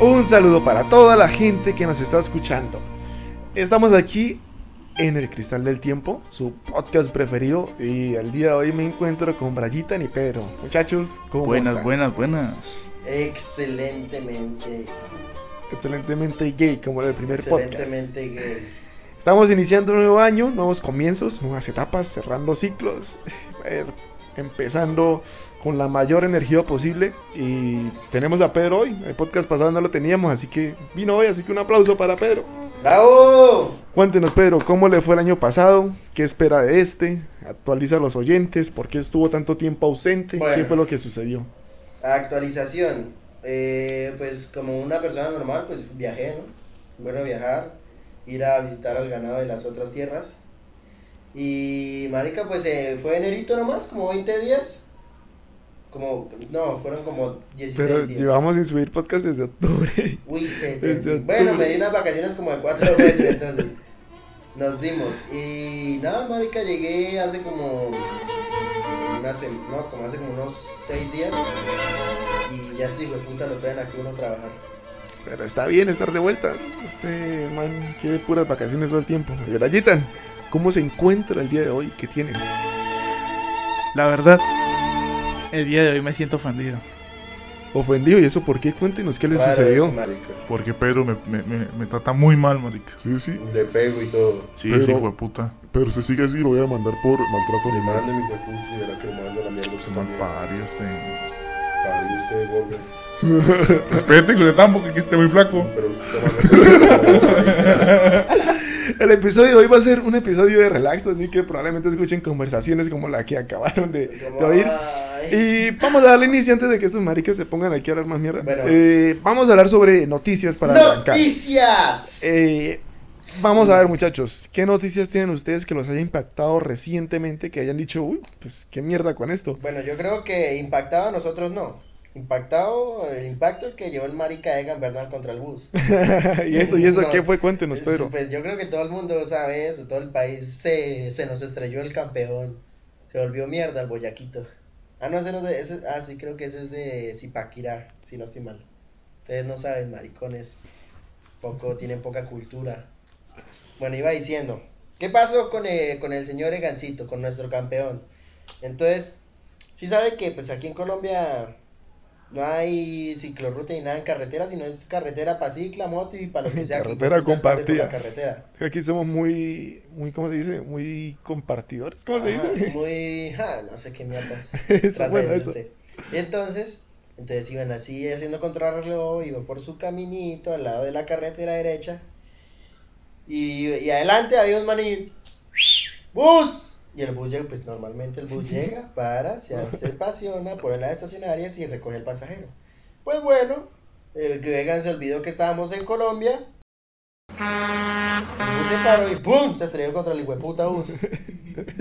Un saludo para toda la gente que nos está escuchando. Estamos aquí en El Cristal del Tiempo, su podcast preferido, y al día de hoy me encuentro con Brayita y Pedro. Muchachos, ¿cómo buenas, están? buenas, buenas. Excelentemente. Excelentemente gay, como era el primer podcast. Excelentemente gay. Estamos iniciando un nuevo año, nuevos comienzos, nuevas etapas, cerrando ciclos, eh, empezando con la mayor energía posible. Y tenemos a Pedro hoy, el podcast pasado no lo teníamos, así que vino hoy, así que un aplauso para Pedro. ¡Bravo! Cuéntenos, Pedro, ¿cómo le fue el año pasado? ¿Qué espera de este? Actualiza a los oyentes, ¿por qué estuvo tanto tiempo ausente? ¿Qué Bueno. fue lo que sucedió? Actualización. Eh, pues como una persona normal, pues viajé, ¿no? Bueno, viajar, ir a visitar al ganado de las otras tierras. Y marica, pues eh, fue enerito nomás, como 20 días. Como, no, fueron como 16 Pero días. llevamos sin subir podcast desde octubre. Uy, se Desde te- octubre. Bueno, me di unas vacaciones como de cuatro veces, entonces. Nos dimos. Y nada, marica, llegué hace como. Una sem- no, como hace como unos seis días. Y ya sí, güey, puta, lo traen aquí uno a trabajar. Pero está bien estar de vuelta. Este man quiere puras vacaciones todo el tiempo. Y Rayitan, ¿cómo se encuentra el día de hoy? ¿Qué tiene? La verdad, el día de hoy me siento ofendido. Ofendido, ¿y eso por qué? Cuéntenos qué le Raro sucedió. eso, marica. Porque Pedro me, me, me- me trata muy mal, marica. Sí, sí, Le pego y todo. Sí, Pedro. sí, hijo de puta. pero si sigue así lo voy a mandar por maltrato Le animal. mando mi hueputa y de la que le mando la mierda a Qué usted mal también. parido este. Parido usted, gordo. Respete que usted tampoco, que esté muy flaco. Pero usted tomando. El episodio de hoy va a ser un episodio de relax, así que probablemente escuchen conversaciones como la que acabaron de, de Como, oír. ay. Eh, Y vamos a darle inicio antes de que estos maricas se pongan aquí a hablar más mierda. Bueno. Eh, vamos a hablar sobre noticias para arrancar. ¡Noticias! Eh, vamos a ver, muchachos, ¿qué noticias tienen ustedes que los haya impactado recientemente? Que hayan dicho, uy, pues qué mierda con esto. Bueno, yo creo que impactado a nosotros no. Impactado, el impacto que llevó el marica Egan Bernal contra el bus. y eso, y eso, No. ¿qué fue? Cuéntenos, Pues, Pedro. pues yo creo que todo el mundo sabe eso, todo el país se, se nos estrelló el campeón. Se volvió mierda el Boyaquito. Ah, no, ese no es de- ese- ah, sí, creo que ese es de Zipaquirá, si no estoy mal. Ustedes no saben, maricones. Poco, tienen poca cultura. Bueno, iba diciendo, ¿qué pasó con el, con el señor Egancito, con nuestro campeón? Entonces, sí sabe que pues aquí en Colombia no hay ciclorruta ni nada en carretera, sino es carretera para cicla, moto y para lo que sea. que Carretera putas pase por la compartida. carretera. Aquí somos muy, muy, ¿cómo se dice? Muy compartidores. ¿Cómo se Ajá, dice? Muy, ja, no sé qué mierdas. Eso, Ah, Trata bueno, de eso. usted. Y entonces, entonces iban así haciendo contrarreloj, iba por su caminito al lado de la carretera derecha. Y, y adelante había un maní. ¡Bus! Y el bus llega, pues normalmente el bus llega, para, se, se estaciona, pone las estacionarias y recoge el pasajero. Pues bueno, el que vegan se olvidó que estábamos en Colombia. El bus se paró y ¡pum! Se estrelló contra el hijueputa bus.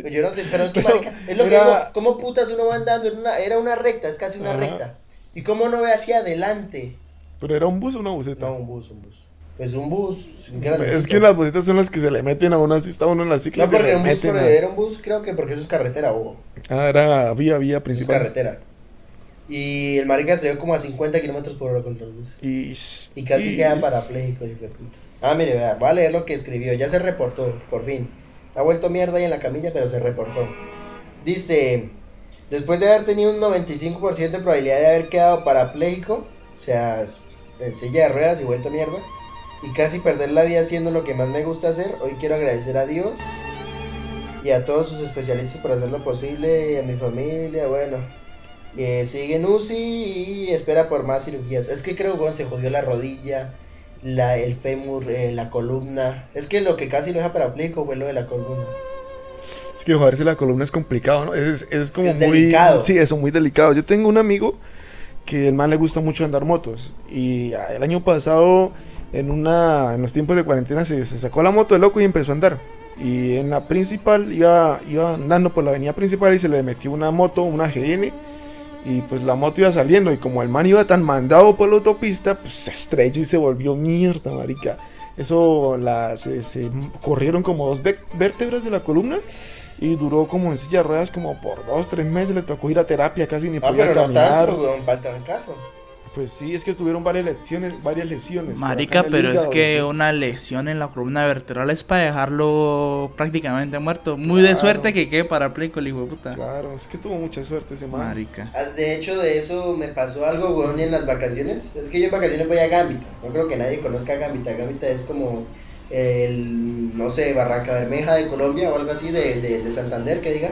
Pues Yo no sé, pero es que Pero marica, es lo que era- digo, ¿cómo putas uno va andando? en una- era una recta, es casi una Ajá. recta. ¿Y cómo no ve hacia adelante? ¿Pero era un bus o una buseta? No, un bus, un bus. Pues un bus. un es grandecito. que las busetas son las que se le meten a uno, así está uno en las No, ciclas. y se porque le era un bus, meten pero a- era un bus, creo que porque eso es carretera, bobo. Ah, era vía, vía Eso es principal. carretera. Y el marica se dio como a 50 kilómetros por hora contra el bus. Y, Y casi y- queda parapléjico, hijo de puta. Ah, mire, vea, voy a leer lo que escribió. Ya se reportó, por fin. Ha vuelto mierda ahí en la camilla, pero se reportó. Dice, después de haber tenido un 95% de probabilidad de haber quedado parapléjico, o sea, s- en silla de ruedas y vuelto mierda, y casi perder la vida haciendo lo que más me gusta hacer, hoy quiero agradecer a Dios y a todos sus especialistas por hacer lo posible, y a mi familia, bueno, eh, sigue en UCI y espera por más cirugías. Es que creo que se jodió la rodilla, la, el fémur, eh, la columna. Es que lo que casi lo deja parapléjico fue lo de la columna. Es que joderse la columna es complicado, ¿no? Es, es como es muy. delicado. Sí, eso, muy delicado. Yo tengo un amigo que el man le gusta mucho andar motos. Y ah, el año pasado, en una en los tiempos de cuarentena, se, se sacó la moto de loco y empezó a andar. Y en la principal, iba, iba andando por la avenida principal y se le metió una moto, una GN. Y pues la moto iba saliendo. Y como el man iba tan mandado por la autopista, pues se estrelló y se volvió mierda, marica. Eso, la, se, se corrieron como dos vec- vértebras de la columna y duró como en silla de ruedas como por dos, tres meses. Le tocó ir a terapia, casi ni Ah, podía pero no caminar. tanto, weón, para el trancazo. Pues sí, es que tuvieron varias lesiones, varias lesiones. Pues, por acá Marica, en el pero es hígado, que sí. una lesión en la columna vertebral es para dejarlo prácticamente muerto. Muy de Claro. suerte que quede parapléjico el hijo de puta. Claro, es que tuvo mucha suerte ese man. Marica. Ah, De hecho, de eso me pasó algo, weón, en las vacaciones. Es que yo en vacaciones voy a Gambita. No creo que nadie conozca a Gambita. Gambita es como eh, el, no sé, Barranca Bermeja de Colombia o algo así, de, de, de Santander, que diga.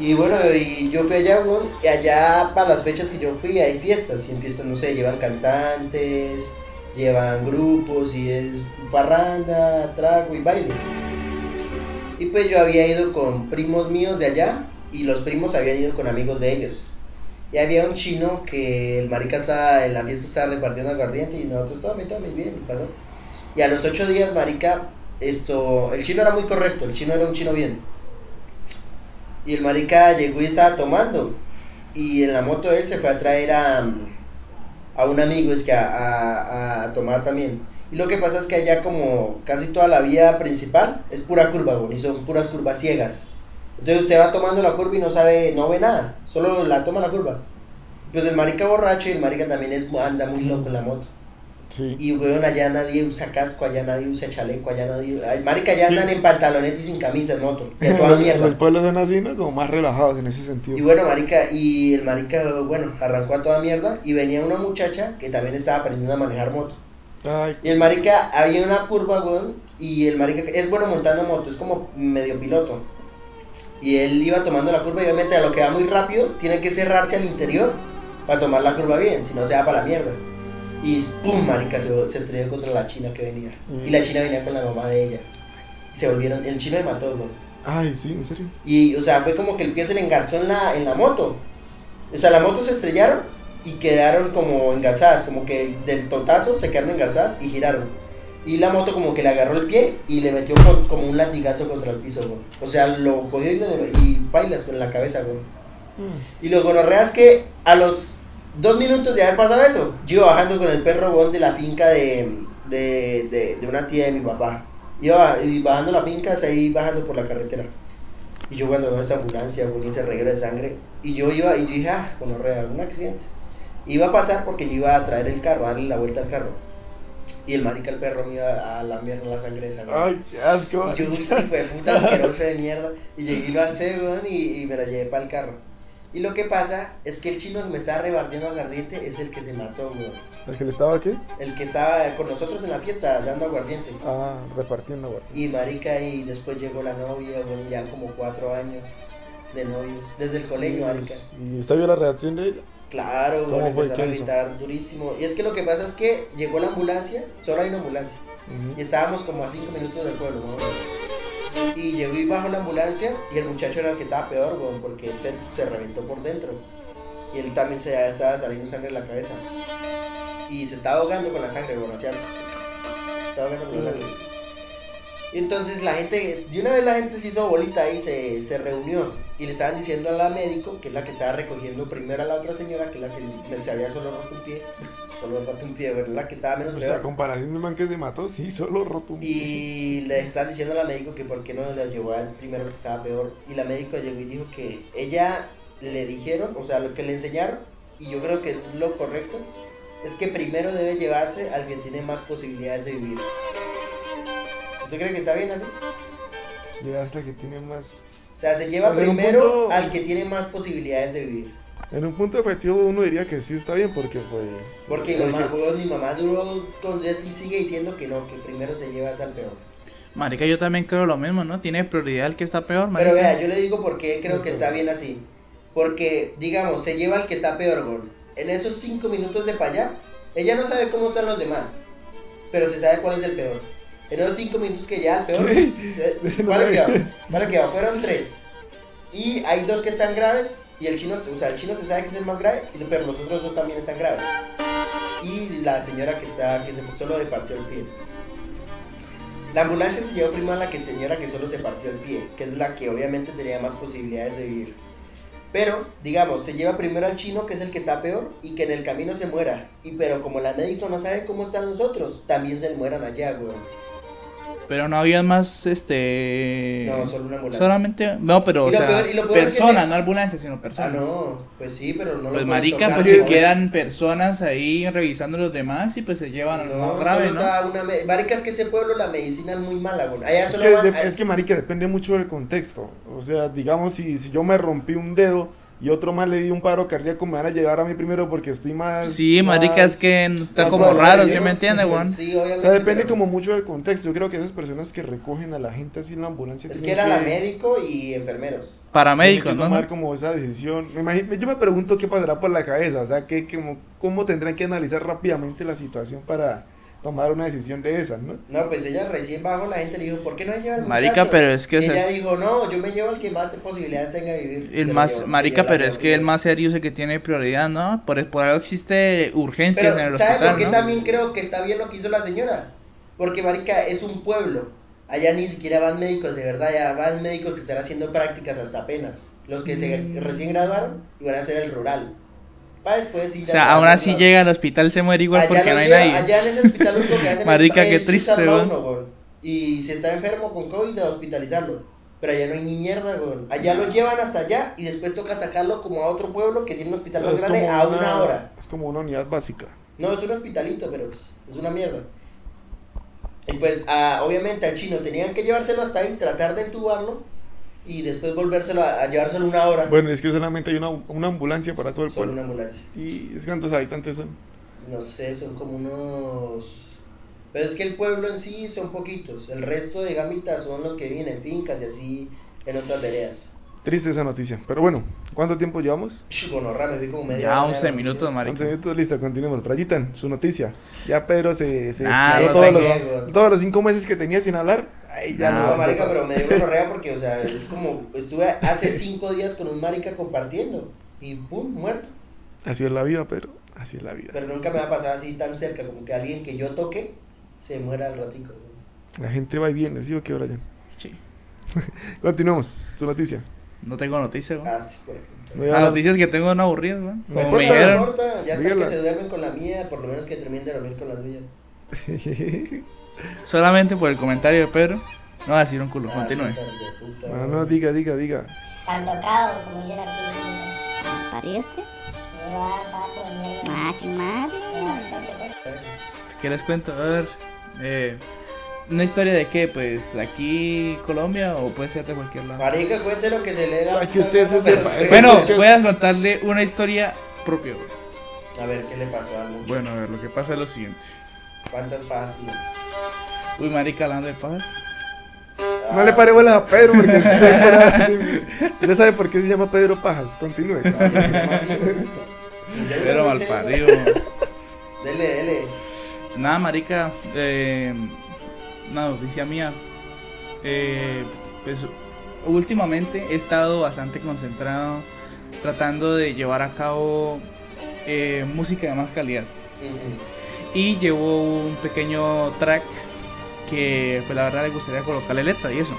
Y bueno, y yo fui allá, weón, y allá para las fechas que yo fui hay fiestas. Y en fiestas, no sé, llevan cantantes, llevan grupos, y es parranda, trago y baile. Y pues yo había ido con primos míos de allá y los primos habían ido con amigos de ellos. Y había un chino que el marica estaba en la fiesta estaba repartiendo aguardiente y nosotros tome, tome, y bien, y pasó. Y a los ocho días, marica, esto, el chino era muy correcto, el chino era un chino bien. Y el marica llegó y estaba tomando. Y en la moto él se fue a traer a, a un amigo, es que a- a- a tomar también. Y lo que pasa es que allá como casi toda la vía principal es pura curva, güey, y son puras curvas ciegas. Entonces usted va tomando la curva y no sabe, no ve nada, solo la toma la curva. Pues el marica borracho y el marica también es, anda muy loco en la moto. Sí. Y weón, allá nadie usa casco, allá nadie usa chaleco, allá nadie... Ay, marica, allá andan en pantalonetes y sin camisa en moto, de toda Los- mierda. Los pueblos son así, ¿no? Como más relajados en ese Y sentido. bueno, marica, y el marica, bueno, arrancó a toda mierda y venía una muchacha que también estaba aprendiendo a manejar moto. Ay, Y el marica, había una curva, weón, y el marica es bueno montando moto, es como medio piloto. Y él iba tomando la curva y obviamente a lo que va muy rápido, tiene que cerrarse al interior para tomar la curva bien, si no se va para la mierda. Y pum, marica, se, se estrelló contra la china que venía. Y la china venía con la mamá de ella. Se volvieron, el chino le mató, weón. ay, sí, en serio. Y, o sea, fue como que el pie se le engarzó en la, en la moto. O sea, la moto se estrellaron y quedaron como engarzadas, como que del totazo se quedaron engarzadas y giraron. Y la moto como que le agarró el pie y le metió con- como un latigazo contra el piso, güey. O sea, lo cogió y, le- y bailas con la cabeza, güey. Mm. Y lo gonorrea es que a los dos minutos de haber pasado eso, yo iba bajando con el perro güey, de la finca de, de, de- de una tía de mi papá. Iba y bajando la finca, se iba bajando por la carretera. Y yo cuando veo esa ambulancia, güey, y ese reguero de sangre, y yo iba y yo dije, ah, gonorrea, un accidente. Iba a pasar porque yo iba a traer el carro, a darle la vuelta al carro. Y el marica, el perro me iba a lamer la sangre de esa güey. Ay, qué asco. Yo, uy, sí, fue puta asqueroso de mierda. Y llegué y lo alcé, weón, y, y me la llevé para el carro. Y lo que pasa es que el chino que me estaba rebardeando aguardiente es el que se mató, weón. ¿El que le estaba aquí? El que estaba con nosotros en la fiesta dando aguardiente. Ah, repartiendo, güey. Y marica, y después llegó la novia, weón, ya como cuatro años de novios. Desde el colegio, marica. ¿Y usted vio la reacción de ella? Claro, ¿Cómo weón, fue? empezaron ¿Qué a hizo? gritar durísimo. Y es que lo que pasa es que llegó la ambulancia, solo hay una ambulancia. Y estábamos como a 5 minutos del pueblo, más o menos. Y llegó y bajó la ambulancia y el muchacho era el que estaba peor, weón, porque él se, se reventó por dentro. Y él también se estaba saliendo sangre en la cabeza. Y se estaba ahogando con la sangre, weón, hacía- Se estaba ahogando con la sangre. Y entonces la gente, de una vez la gente se hizo bolita y se, se reunió. Y le estaban diciendo a la médico, que es la que estaba recogiendo primero a la otra señora, que es la que me- se había solo roto un pie. Solo roto un pie, bueno, la que estaba menos O peor. sea, a comparación del man que se mató, sí, solo roto un... Y le están diciendo a la médico que por qué no lo llevó al primero que estaba peor. Y la médico llegó y dijo que ella le dijeron, o sea, lo que le enseñaron, y yo creo que es lo correcto, es que primero debe llevarse al que tiene más posibilidades de vivir. ¿Usted cree que está bien así? Llega hasta que tiene más... O sea, se lleva Pues en un primero punto- al que tiene más posibilidades de vivir. En un punto objetivo uno diría que sí está bien porque pues... Porque mi el mamá, que- weón, mi mamá duró con y sigue diciendo que no, que primero se llevas al peor. Marica, yo también creo lo mismo, ¿no? Tiene prioridad el que está peor, marica. Pero vea, yo le digo por qué creo que está bien así. Porque, digamos, se lleva al que está peor, gol. En esos cinco minutos de para allá, ella no sabe cómo están los demás. Pero se sabe cuál es el peor. En esos cinco minutos que ya, el peor. ¿Qué? se- No ¿Cuál sabía. quedó? ¿Cuál quedó? Fueron tres. Y hay dos que están graves. Y el chino, o sea, el chino se sabe que es el más grave. y- Pero los otros dos también están graves. Y la señora que está que se solo le partió el pie. La ambulancia se llevó primero a la que señora que solo se partió el pie, que es la que obviamente tenía más posibilidades de vivir. Pero, digamos, se lleva primero al chino, que es el que está peor, y que en el camino se muera. Y pero como la médico no sabe cómo están los otros, también se mueran allá, weón. Pero no había más, este... No, solo una ambulancia. Solamente... No, pero, Y o lo sea, peor- y lo peor es que personas, se- no ambulancias, sino personas. Ah, no, pues sí, pero no lo Pues pueden marica, tocar, pues sí, se güey. quedan personas ahí revisando los demás y pues se llevan a los No, más graves, solo ¿no? estaba una me- Marica, es que ese pueblo la medicina es muy mala, güey. Allá Es solo que, van- de- es que, marica, depende mucho del contexto. O sea, digamos, si, si yo me rompí un dedo y otro más le di un paro cardíaco, me van a llevar a mí primero porque estoy más... Sí, marica, es que está más como malos, raro, ¿sí ¿sí me entiende, weón? Sí, O obviamente. sea, depende pero- como mucho del contexto. Yo creo que esas personas que recogen a la gente así en la ambulancia... Es que tienen era la médico y enfermeros. tienen que Paramédicos, ¿no? tomar como esa decisión. Me imagino, yo me pregunto qué pasará por la cabeza. O sea, que, como, cómo tendrán que analizar rápidamente la situación para tomar una decisión de esas, ¿no? No, pues ella recién bajó, la gente le dijo, ¿por qué no se lleva al Marica, muchacho? pero es que, o sea, ella dijo, no, yo me llevo al que más posibilidades tenga de vivir. Se El lo más, llevó, se marica, llevó la pero es que el llevó. más serio es el que tiene prioridad, ¿no? Por, por algo existe urgencias Pero, en el ¿sabes por hospital, qué ¿no? también creo que está bien lo que hizo la señora? Porque, marica, es un pueblo. Allá ni siquiera van médicos, de verdad, ya van médicos que están haciendo prácticas hasta apenas. Los que se Mm. recién graduaron y van a hacer el rural. Para después sí. O ya sea, van a ahora otros sí lados. llega al hospital, se muere igual Allá porque lo no hay lleva- nadie. Allá en ese hospital lo único que hacen Marica, es- qué es triste, chistarlo a weón. uno, weón. Y si está enfermo con COVID, de hospitalizarlo. Pero allá no hay ni mierda, weón. Allá lo llevan hasta allá y después toca sacarlo como a otro pueblo que tiene un hospital más Es grande como a una hora. Es como una unidad básica. No, es un hospitalito, pero pues, es una mierda. Y pues, ah, obviamente al chino tenían que llevárselo hasta ahí, tratar de entubarlo y después volvérselo a, a llevárselo una hora. Bueno, es que solamente hay una, una ambulancia para todo el Solo una pueblo. ambulancia. ¿Y es cuántos habitantes son? No sé, son como unos. Pero es que el pueblo en sí son poquitos. El resto de gamitas son los que viven en fincas y así en otras veredas. Triste esa noticia. Pero bueno, ¿cuánto tiempo llevamos? Psh, gonorra, me fui como media Ya hora en la 11 noticia. minutos, marica. 11 minutos, listo, continuemos. Rayitan, su noticia. Ya Pedro se, se Nah, desquitó no todos, sé. los, todos los cinco meses que tenía sin hablar. Ahí ya Nah, no, No, lo marica, aguanto. pero me dio gonorrea porque, o sea, es como. Estuve hace cinco días con un marica compartiendo y pum, muerto. Así es la vida, Pedro. Así es la vida. Pero nunca me va a pasar así tan cerca, como que alguien que yo toque se muera al ratico. güey. La gente va y viene, ¿sí o qué, Brian? Sí. Continuamos, su noticia. No tengo noticias, weón. Ah, sí, güey. No voy a Las hablar- noticias que tengo no aburridas, weón. No importa, Como me Corta, dijeron. corta, ya está que Dígala. se duermen con la mía, por lo menos que terminen de dormir con la suya. Solamente por el comentario de Pedro. No va a decir un culo, Ah, continúe. sí, claro, de puta, no, güey. Ah, no, diga, diga, diga. Tan tocado, como dicen aquí. ¿Pariste? Ah, chingada. ¿Qué les cuento? A ver. eh, ¿Una historia de qué? Pues aquí, Colombia o puede ser de cualquier lado. Marica, cuente lo que se le da. Para que usted se sepa- Bueno, Porque- voy a contarle una historia propia, güey. A ver, ¿qué le pasó al muchacho? Bueno, a ver, lo que pasa es lo siguiente. ¿Cuántas pajas tiene? Uy, marica, hablando de pajas. No Ah, le pare bolas a Pedro porque es que se fuera de- ya sabe por qué se llama Pedro Pajas. Continúe. Pero mal parido. parido. Dele, dele. Nada, marica, eh, una noticia mía. Eh, pues últimamente he estado bastante concentrado tratando de llevar a cabo eh, música de más calidad. Ujú. Y llevo un pequeño track que pues la verdad le gustaría colocarle letra y eso.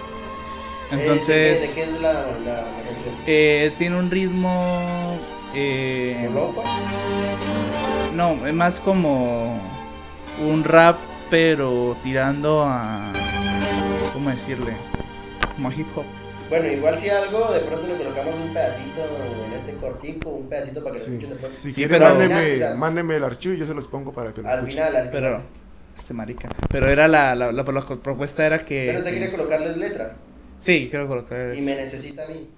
Entonces... Eh, ¿De qué de qué es la, la, la canción? Eh, tiene un ritmo. eh, ¿Lofa? no, es más como un rap, pero tirando a. ¿Cómo decirle? Como a hip hop. Bueno, igual si algo, de pronto le colocamos un pedacito en este cortico, un pedacito para que Sí. lo escuchen de pronto. Si Sí, quiere, pero- mándeme, Quizás. mándeme el archivo y yo se los pongo para que lo Al escuchen. final, al final. Pero no, Este marica. Pero era la, la, la- la propuesta era que. Pero usted quiere colocarles letra Sí, quiero colocar. y me necesita a mí.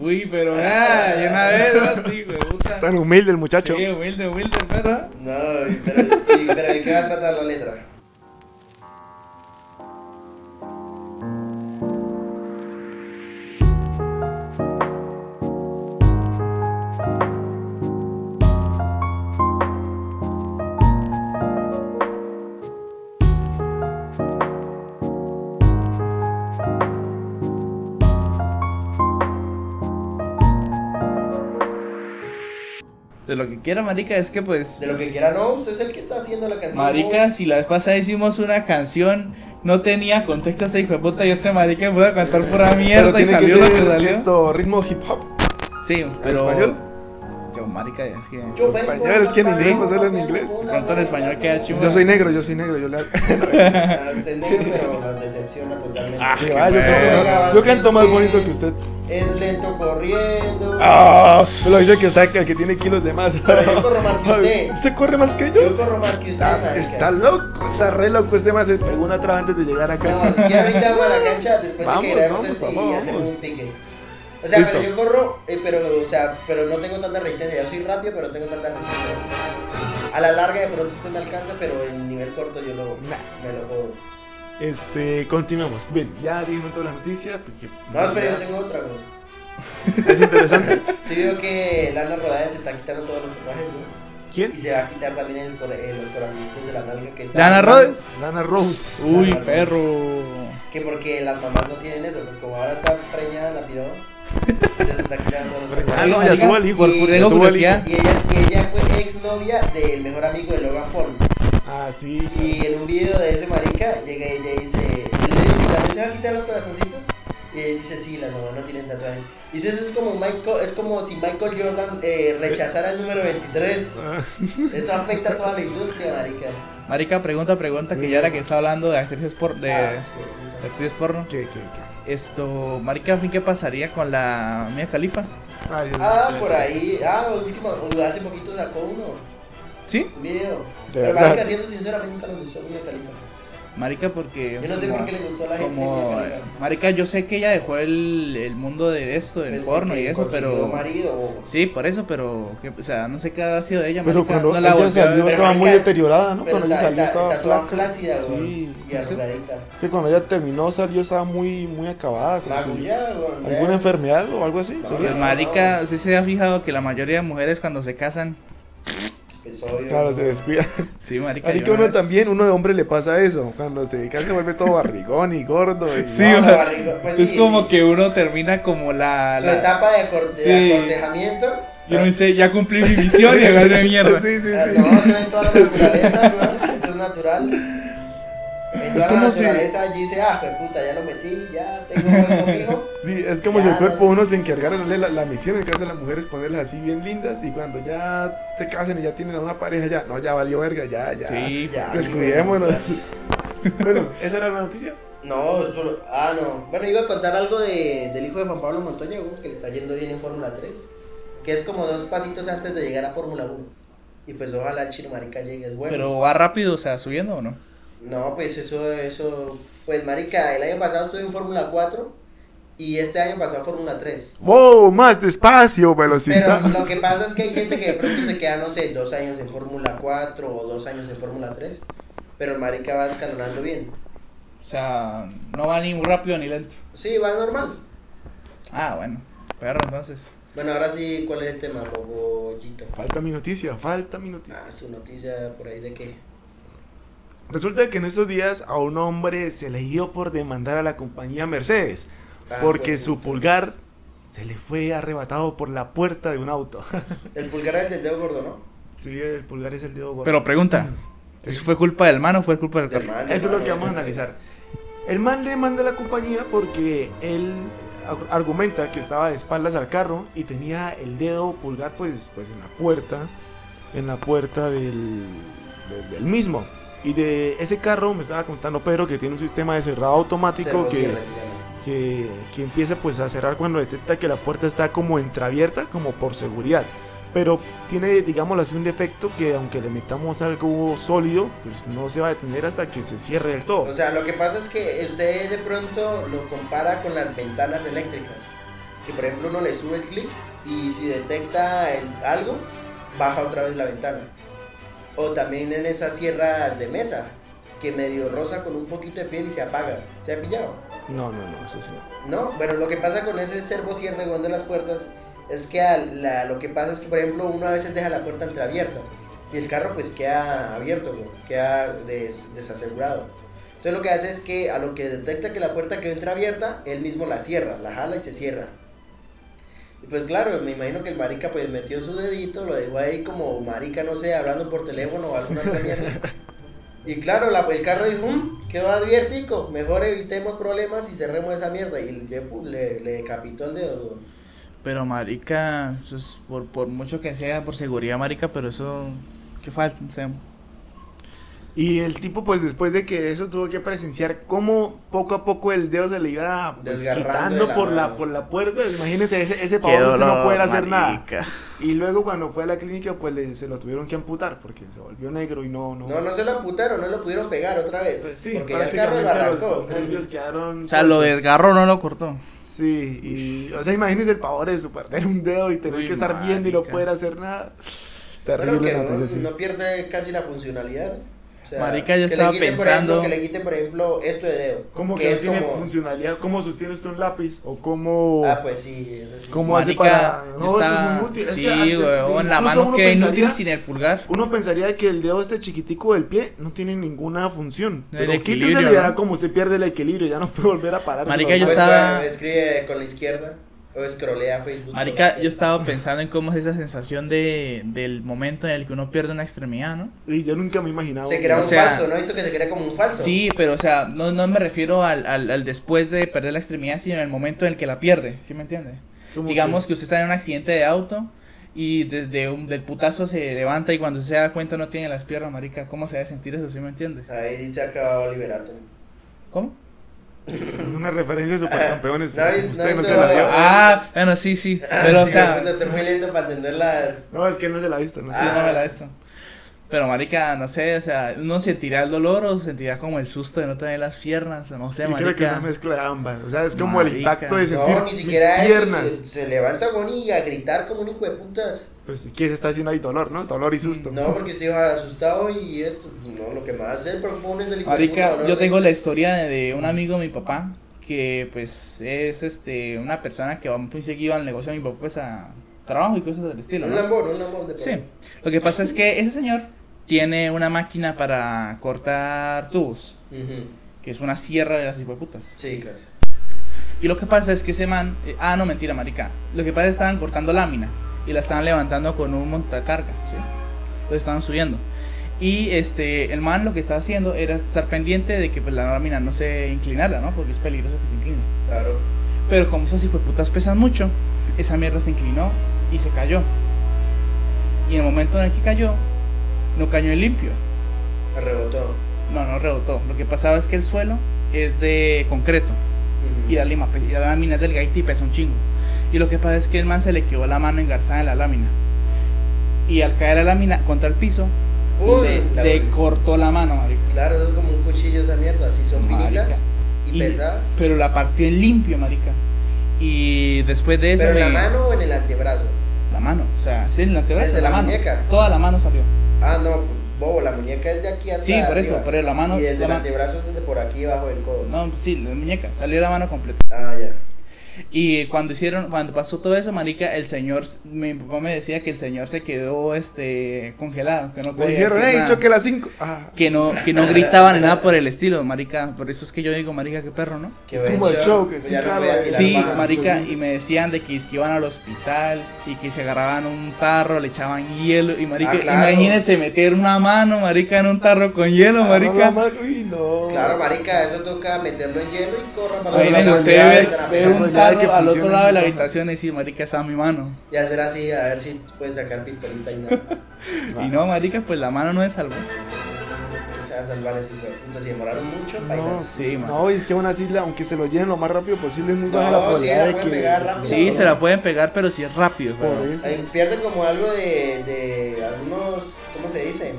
Uy, pero ah, de una vez, ¿no? Sí, güey, puta. Tan humilde el muchacho. Sí, humilde, humilde, pero. No, pero, y- pero ¿de qué va a tratar la letra? De lo que quiera, marica, es que pues. De lo que quiera, no, usted es el que está haciendo la canción. Marica, si la vez pasada hicimos una canción, no tenía contexto ese hijo de puta y este marica me pudo cantar pura Pero mierda y tiene que salió lo que ser salió. esto, ritmo hip hop. Sí, ¿En pero. español? Yo, marica, es que. Yo Los vengo españoles de quieren una inglés, pareja, pues hablan vengo inglés. De de una pronto en pareja. español queda chivo. Yo soy negro, yo soy negro, yo le Ah, Usted es negro, pero nos decepciona totalmente. Ah. Que va, yo, bueno. canto más, yo canto más bonito que usted. Es lento corriendo. Ah. Ah, Me lo dice que está que, que tiene kilos de más. Pero yo corro más que usted. ¿Usted corre más que Yo yo? corro más que usted, Está, marica. está loco, está re loco. Este más se pegó una traba antes de llegar No, acá. es que ahorita vamos a la cancha después de Vamos, que grabemos vamos, esto y vamos, hacemos vamos. un pique. O sea, Listo. pero yo corro, eh, pero, o sea, pero no tengo tanta resistencia. Yo soy rápido, pero no tengo tanta resistencia. A la larga de pronto usted me alcanza, pero en nivel corto yo lo, Nah. me lo puedo. Este, continuamos. Bien, ya dijeron todas las noticias. porque- No, espera, yo tengo otra, güey. Es interesante. Sí veo que Lana Rodada se está quitando todos los tatuajes, güey. ¿Quién? Y se va a quitar también el, cora- eh, los corazoncitos de la nalga que está. ¿Lana Rhodes? Lana Rhodes. Uy, Lana perro. Que porque las mamás no tienen eso, pues como ahora está preñada la piroba, entonces se está quitando todos los Ah, tatuajes. no, ya Marica, tuvo al hijo. Por Y- por- ya tengo tuvo al hijo. curiosidad. Y ella, y ella fue exnovia del mejor amigo de Logan Paul. Ah, sí. Y en un video de ese marica llega y ella dice, él le dice, ¿también se va a quitar los corazoncitos? Y ella dice, sí, las mamás no tienen tatuajes. Dice, eso es como Michael, es como si Michael Jordan eh, rechazara el número 23. Ah, Eso afecta a toda la industria, marica. Marica, pregunta, pregunta, que Sí. ya era que está hablando de actrices por, de, Ah, de actrices porno. ¿Qué, qué, qué? Esto, Marica, en fin, ¿qué pasaría con la Mia Khalifa? Ay, Dios mío. Ah, por ahí, ah, última, hace poquito sacó uno, ¿Sí? un video. De Pero verdad. marica, siendo sincera, a mí nunca me gustó Mia Khalifa. Marica, porque. Yo no sé como- por qué le gustó a la gente como, Mia eh, Khalifa. Marica, yo sé que ella dejó el, el mundo de esto, del Pues porno porque y eso, consiguió pero. marido o- Sí, por eso, pero. que- o sea, no sé qué ha sido de ella, Pero marica, cuando no la ella volví a salió ver. estaba muy marica, deteriorada, ¿no? Pero Cuando ella está, salió está, estaba está toda flaca. flácida, Sí. güey. Y arrugadita. Sí, cuando ella terminó salió estaba muy, muy acabada. como si- Magullada, güey. Pues, ¿Alguna enfermedad o algo así? No, sería. Pues, marica, ¿sí se ha fijado que la mayoría de mujeres cuando se casan? Pues obvio. Claro, se descuida. Sí, marica. Marica, yo una uno vez- también, uno de hombre le pasa eso. Cuando se casa se vuelve todo barrigón y gordo. y- Sí, No, o sea, barrigo- pues es sí, como sí. que uno termina como la. Su la- etapa de, corte- Sí. de acortejamiento. Y uno dice, ya cumplí mi misión y agarré de mierda. Sí, sí, eh, sí. No, eso en toda la naturaleza, güey. Eso es natural. En toda la como si- naturaleza allí dice, ah, pues puta, ya lo metí, ya tengo hueco fijo. Sí, es como Ya, si el cuerpo no. uno se encargara de darle la, la misión en el caso de las mujeres ponerlas así bien lindas y cuando ya se casen y ya tienen a una pareja ya, no, ya valió verga, ya, ya. Sí, Ya, Descuidémonos. bueno, esa era la noticia. No, eso- ah, no. Bueno, iba a contar algo de, del hijo de Juan Pablo Montoya, güey, que le está yendo bien en Fórmula 3. Que es como dos pasitos antes de llegar a Fórmula 1. Y pues ojalá el chino marica llegue, es bueno. pero va rápido, o sea, subiendo o no. No, pues eso, eso. Pues marica, el año pasado estuve en Fórmula 4 y este año pasó a Fórmula 3. Wow, más despacio, velocista. Pero lo que pasa es que hay gente que de pronto se queda, no sé, dos años en Fórmula 4 o dos años en Fórmula 3. Pero el marica va escalonando bien. O sea, no va ni muy rápido ni lento. Sí, va normal. Ah, bueno, perro, entonces. Bueno, ahora sí, ¿cuál es el tema, Rogollito? Falta mi noticia, falta mi Ah, noticia. su noticia por ahí de que. Resulta que en estos días a un hombre se le dio por demandar a la compañía Mercedes Ah, porque bueno. su pulgar se le fue arrebatado por la puerta de un auto. El pulgar es del dedo gordo, ¿no? sí, el pulgar es el dedo gordo. Pero pregunta, ¿eso fue culpa del mano o fue culpa del Del carro? man, del Eso es lo man, que vamos a ¿no? analizar. El man le manda a la compañía porque él ar- argumenta que estaba de espaldas al carro y tenía el dedo pulgar pues, pues en la puerta, en la puerta del, del, del mismo. Y de ese carro me estaba contando Pedro que tiene un sistema de cerrado automático Cerro que, Sierra se llama. que, que empieza pues a cerrar cuando detecta que la puerta está como entreabierta, como por seguridad. Pero tiene, digámoslo así, un defecto que aunque le metamos algo sólido, pues no se va a detener hasta que se cierre del todo. O sea, lo que pasa es que usted de pronto lo compara con las ventanas eléctricas. Que por ejemplo uno le sube el clic y si detecta el- algo, baja otra vez la ventana. O también en esas sierras de mesa, que medio rosa con un poquito de piel y se apaga. ¿Se ha pillado? No, no, no, eso sí. no. No, bueno, lo que pasa con ese servo cierre weón, de las puertas es que al- la- lo que pasa es que, por ejemplo, uno a veces deja la puerta entreabierta y el carro pues queda abierto, weón, queda des- desasegurado. Entonces lo que hace es que a lo que detecta que la puerta quedó entreabierta, él mismo la cierra, la jala y se cierra. Y pues claro, me imagino que el marica pues metió su dedito, lo dejó ahí como marica, no sé, hablando por teléfono o alguna otra mierda. Y claro, la- el carro dijo, "Mm, quedó adviertico, mejor evitemos problemas y cerremos esa mierda. Y el Jeff uh, le, le decapitó el dedo. güey. Pero, marica, eso es por, por mucho que sea, por seguridad, marica, pero eso. ¿Qué falta? O sea, Y el tipo, pues después de que eso tuvo que presenciar cómo poco a poco el dedo se le iba pues, Desgarrando de quitando la por la, mano. por la puerta. Imagínense, ese, ese pavor usted no poder hacer nada. marica. Y luego cuando fue a la clínica, pues le- se lo tuvieron que amputar porque se volvió negro y no... No, No, no se lo amputaron, no lo pudieron pegar otra vez. Pues sí, porque ya el carro lo arrancó. Ellos quedaron... O sea, lo sueltos. desgarró, no lo cortó. Sí, y... O sea, imagínense el pavor de su perder un dedo y tener Uy, que estar viendo y no marica. poder hacer nada. Bueno, Terrible, que la no, cosa, sí. no pierde casi la funcionalidad. ¿no? O sea, Marica, yo que le estaba quiten, por pensando- ejemplo, que le quiten, por ejemplo, esto de dedo. ¿Cómo que, que no es tiene como. funcionalidad? ¿Cómo sostiene usted un lápiz? ¿O cómo...? Ah, pues sí, eso sí. ¿Cómo hace Marica, para.? yo No, eso estaba- es muy útil. Es que Sí, antes- weón, la incluso mano uno queda pensaría- inútil sin el pulgar. Uno pensaría que el dedo este chiquitico del pie no tiene ninguna función. El Pero equilibrio, quítenselo y ¿no? verá como usted pierde el equilibrio. Ya no puede volver a parar. Marica, Pero- yo Pues, estaba- bueno, escribe con la izquierda o escrolea Facebook. con la Marica, yo izquierda. estaba pensando en cómo es esa sensación de, del momento en el que uno pierde una extremidad, ¿no? Y yo nunca me imaginaba. Se un- crea O un sea- falso, ¿no? Esto que se crea como un falso. Sí, pero o sea, no, no me refiero al, al, al después de perder la extremidad, sino en el momento en el que la pierde, ¿sí me entiende? como Digamos que usted está en un accidente de auto y desde un, del putazo se levanta y cuando se da cuenta no tiene las piernas, marica, ¿cómo se debe sentir eso, sí me entiende? Ahí se ha acabado liberato. ¿Cómo? Una referencia de supercampeones. No, pero es- usted no, no es- se la dio. Ah, bueno, sí, sí, pero o sea, Cuando estoy muy lento para entender las. No, es que él no se la ha visto. Ah, No sé. Sí, no me la he visto. Pero marica, no sé, o sea, uno sentirá el dolor o sentirá como el susto de no tener las piernas, o no sé, Yo creo que es marica. una mezcla de ambas. O sea, es como el Marica. impacto de sentir No, ni siquiera mis eso, piernas. Se, se levanta Bonnie y a gritar como un hijo de putas. Pues, ¿qué se está haciendo ahí? Dolor, ¿no? Dolor y susto. No, porque se iba asustado y esto. No, lo que más hacer propone es el hijo de puta Marica, dolor yo de- tengo la historia de, de un amigo de mi papá que pues es este una persona que va muy seguido al negocio de mi papá pues a trabajo y cosas del estilo, Un ¿no? lambón, un lambón de Sí. pronto. Lo que pasa es que ese señor tiene una máquina para cortar tubos, Ujú, que es una sierra de las hipoputas. Sí, casi. Y lo que pasa es que ese man. eh, ah, no, mentira, marica. Lo que pasa es que estaban cortando lámina y la estaban levantando con un montacarga, ¿sí? Lo estaban subiendo. Y este, el man lo que estaba haciendo era estar pendiente de que pues, la lámina no se inclinara, ¿no? Porque es peligroso que se incline. Claro. Pero como esas putas pesan mucho, esa mierda se inclinó y se cayó. Y en el momento en el que cayó, no cayó en limpio. Rebotó. No, no rebotó. Lo que pasaba es que el suelo es de concreto Ujú. y la, lima, pues, y la lámina es delgadita y pesa un chingo. Y lo que pasa es que el man se le quedó la mano engarzada en la lámina. Y al caer la lámina contra el piso, Uy, le, la- le cortó la mano, marica. Claro, eso es como un cuchillo esa mierda. Si son Marica. finitas y, Y- pesadas. Pero la partió en limpio, marica. Y después de eso... Pero en la me- mano o en el antebrazo. La mano, o sea, sí, en la antebrazo, Desde la, la mano. muñeca. Toda la mano salió. Ah, no, bobo, la muñeca es de aquí hasta Sí, por eso, arriba. pero la mano... Y desde la el ma- antebrazo es desde por aquí abajo del codo. No, sí, la muñeca, salió la mano completa. Ah, ya. Y cuando hicieron, cuando pasó todo eso, marica, el señor, mi papá me decía que el señor se quedó, este, congelado, que no Le podía dijeron, decir hey, nada". choque las 5. Ah. que no, que no gritaban ni nada por el estilo, marica. Por eso es que yo digo, marica, qué perro, ¿no? Qué Es buen como el show, que sí, Ya me claro, voy a es- tirar Sí, bajas. marica, y me decían de que, es que iban al hospital y que se agarraban un tarro, le echaban hielo, y marica, Ah, claro. Ah, imagínense meter una mano, marica, en un tarro con hielo, Agarró la marica. mano, Uy, no. Claro, marica, eso toca meterlo en hielo y corra para Oigan, Imagínense la usted realidad ver, es la ver realidad un es que tarro al otro funciona lado de la en mi habitación y decir, marica, esa es mi mano. Y hacer así, a ver si puede sacar pistolita y nada. Ah. Y no, marica, pues la mano no es salvo. Que se va a salvar ese hijo de puta. Si demoraron mucho, No, bailas. Sí, man. no, y es que aún así, la- aunque se lo lleven lo más rápido posible, es muy baja No, la sí, probabilidad la de pueden que. pegar rápido. Sí, se la pueden pegar, pero si es rápido. Por pero- eso, Ahí pierden como algo de, de algunos, ¿cómo se dice?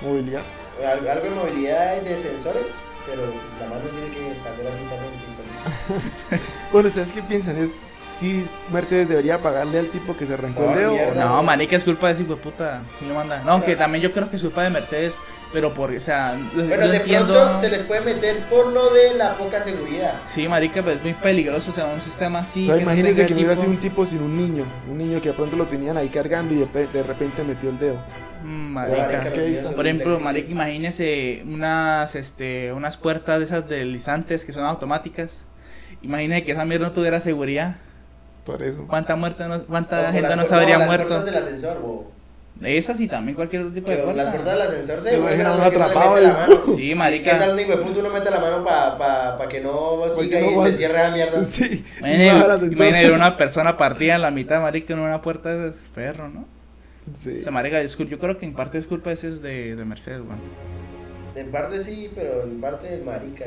movilidad. Al- Algo de movilidad y de sensores, pero pues, la mano tiene que hacer así también pistolita. Bueno, ¿ustedes qué piensan? Es si Mercedes debería pagarle al tipo que se arrancó No, el dedo. mierda. o no? No, marica, es culpa de ese hijo de puta. que lo manda. No, que también yo creo que es culpa de Mercedes, pero por, o sea, yo Bueno, de entiendo. pronto se les puede meter por lo de la poca seguridad. Sí, marica, pero es muy peligroso, o sea, un sistema así. O sea, que no imagínense tenga que no hubiera tipo- sido un tipo sin un niño. Un niño que de pronto lo tenían ahí cargando y de, pe- de repente metió el dedo. Mm, O sea, Marica. es que ahí está. Por ejemplo, marica, imagínese unas, este, unas puertas de esas deslizantes que son automáticas. Imagínese que esa mierda no tuviera seguridad. Por eso. ¿Cuánta muerte, no- O- o cuánta las gente no puer- se habría las muerto? puertas del ascensor, bobo. Esas y también cualquier otro tipo de Pero puerta. las puertas del ascensor se Te lo devuelven dejan a a uno uno que no le atrapado mete la ahí. mano. Sí, ¿Qué marica. tal, hijo de puta, uno mete la mano para pa, pa que no siga no y vas- se cierre la mierda? Sí. baja el Imagínate, ascensor. imagínate ver una persona partida en la mitad, marica, en una puerta de esas, perro, ¿no? Sí. Se marica, es cul- yo creo que en parte es culpa de esos de, de Mercedes, weón. En parte sí, pero en parte marica.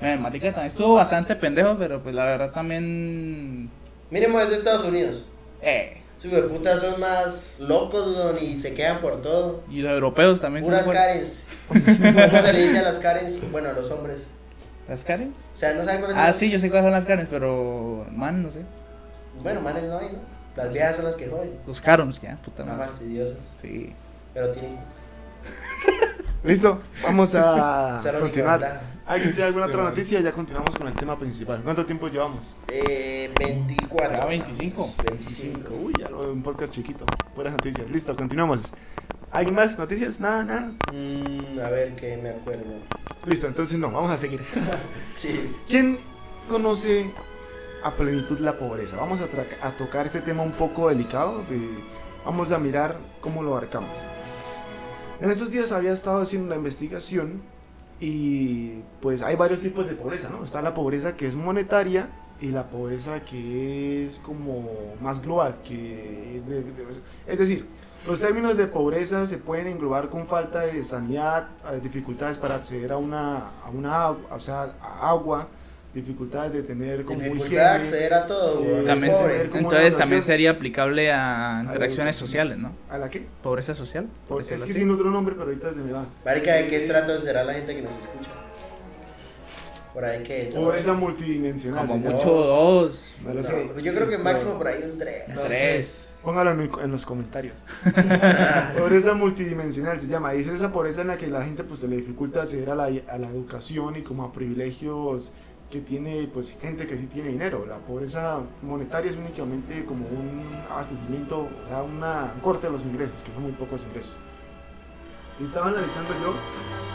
Eh, marica también estuvo bastante pendejo, pero pues la verdad también... Miremos, pues, es de Estados Unidos. Eh, Sus hijo de puta son más locos, weón, y se quedan por todo. y los europeos también... Puras ¿cómo- carens. ¿Cómo se le dice a las carens? Bueno, a los hombres. ¿Las Karen? O sea, no saben cuáles son Ah, las- sí, yo sé cuáles son las Karen, pero... Man, no sé. Bueno, manes no hay, ¿no? Las viejas son las que joden. Los Karons, ya, puta Más madre. fastidiosas. Sí. Pero tienen. Listo, vamos a esa es la única continuar. ventaja. ¿Hay alguna otra noticia? Ya continuamos con el tema principal. ¿Cuánto tiempo llevamos? Eh, 24. Ya, 25. 25. Uy, ya lo un podcast chiquito. Buenas noticias. Listo, continuamos. ¿Alguien más? ¿Noticias? Nada, nada. Mm, a ver que me acuerdo. Listo, entonces no, vamos a seguir. Sí. ¿Quién conoce a plenitud la pobreza? Vamos a, tra- a tocar este tema un poco delicado. eh, vamos a mirar cómo lo abarcamos. En estos días había estado haciendo una investigación y pues hay varios tipos de pobreza, ¿no? Está la pobreza que es monetaria y la pobreza que es como más global, que de- de- es decir, los términos de pobreza se pueden englobar con falta de sanidad, eh, dificultades para acceder a una, a una agu- o sea, a agua, dificultades de tener como Dificultad higiene. de acceder a todo, Eh, güey. También, Es se- pobre. como una entonces nación. también sería aplicable a interacciones sociales, ¿no? ¿A la qué? Pobreza social. por Pues, es decirlo que así. tiene otro nombre, pero ahorita se me va. Marica, ¿de qué estrato será la gente que nos escucha? Por ahí que. Pobreza multidimensional. Como se llama. mucho dos, No No, lo sé. yo creo que Este, máximo por ahí un 3. tres. Póngalo en, en los comentarios. pobreza multidimensional se llama. Es esa pobreza en la que la gente pues, se le dificulta acceder a la, a la educación y como a privilegios que tiene pues gente que sí tiene dinero. La pobreza monetaria es únicamente como un abastecimiento, o sea, una, un corte de los ingresos, que son muy pocos ingresos. Y estaba analizando yo,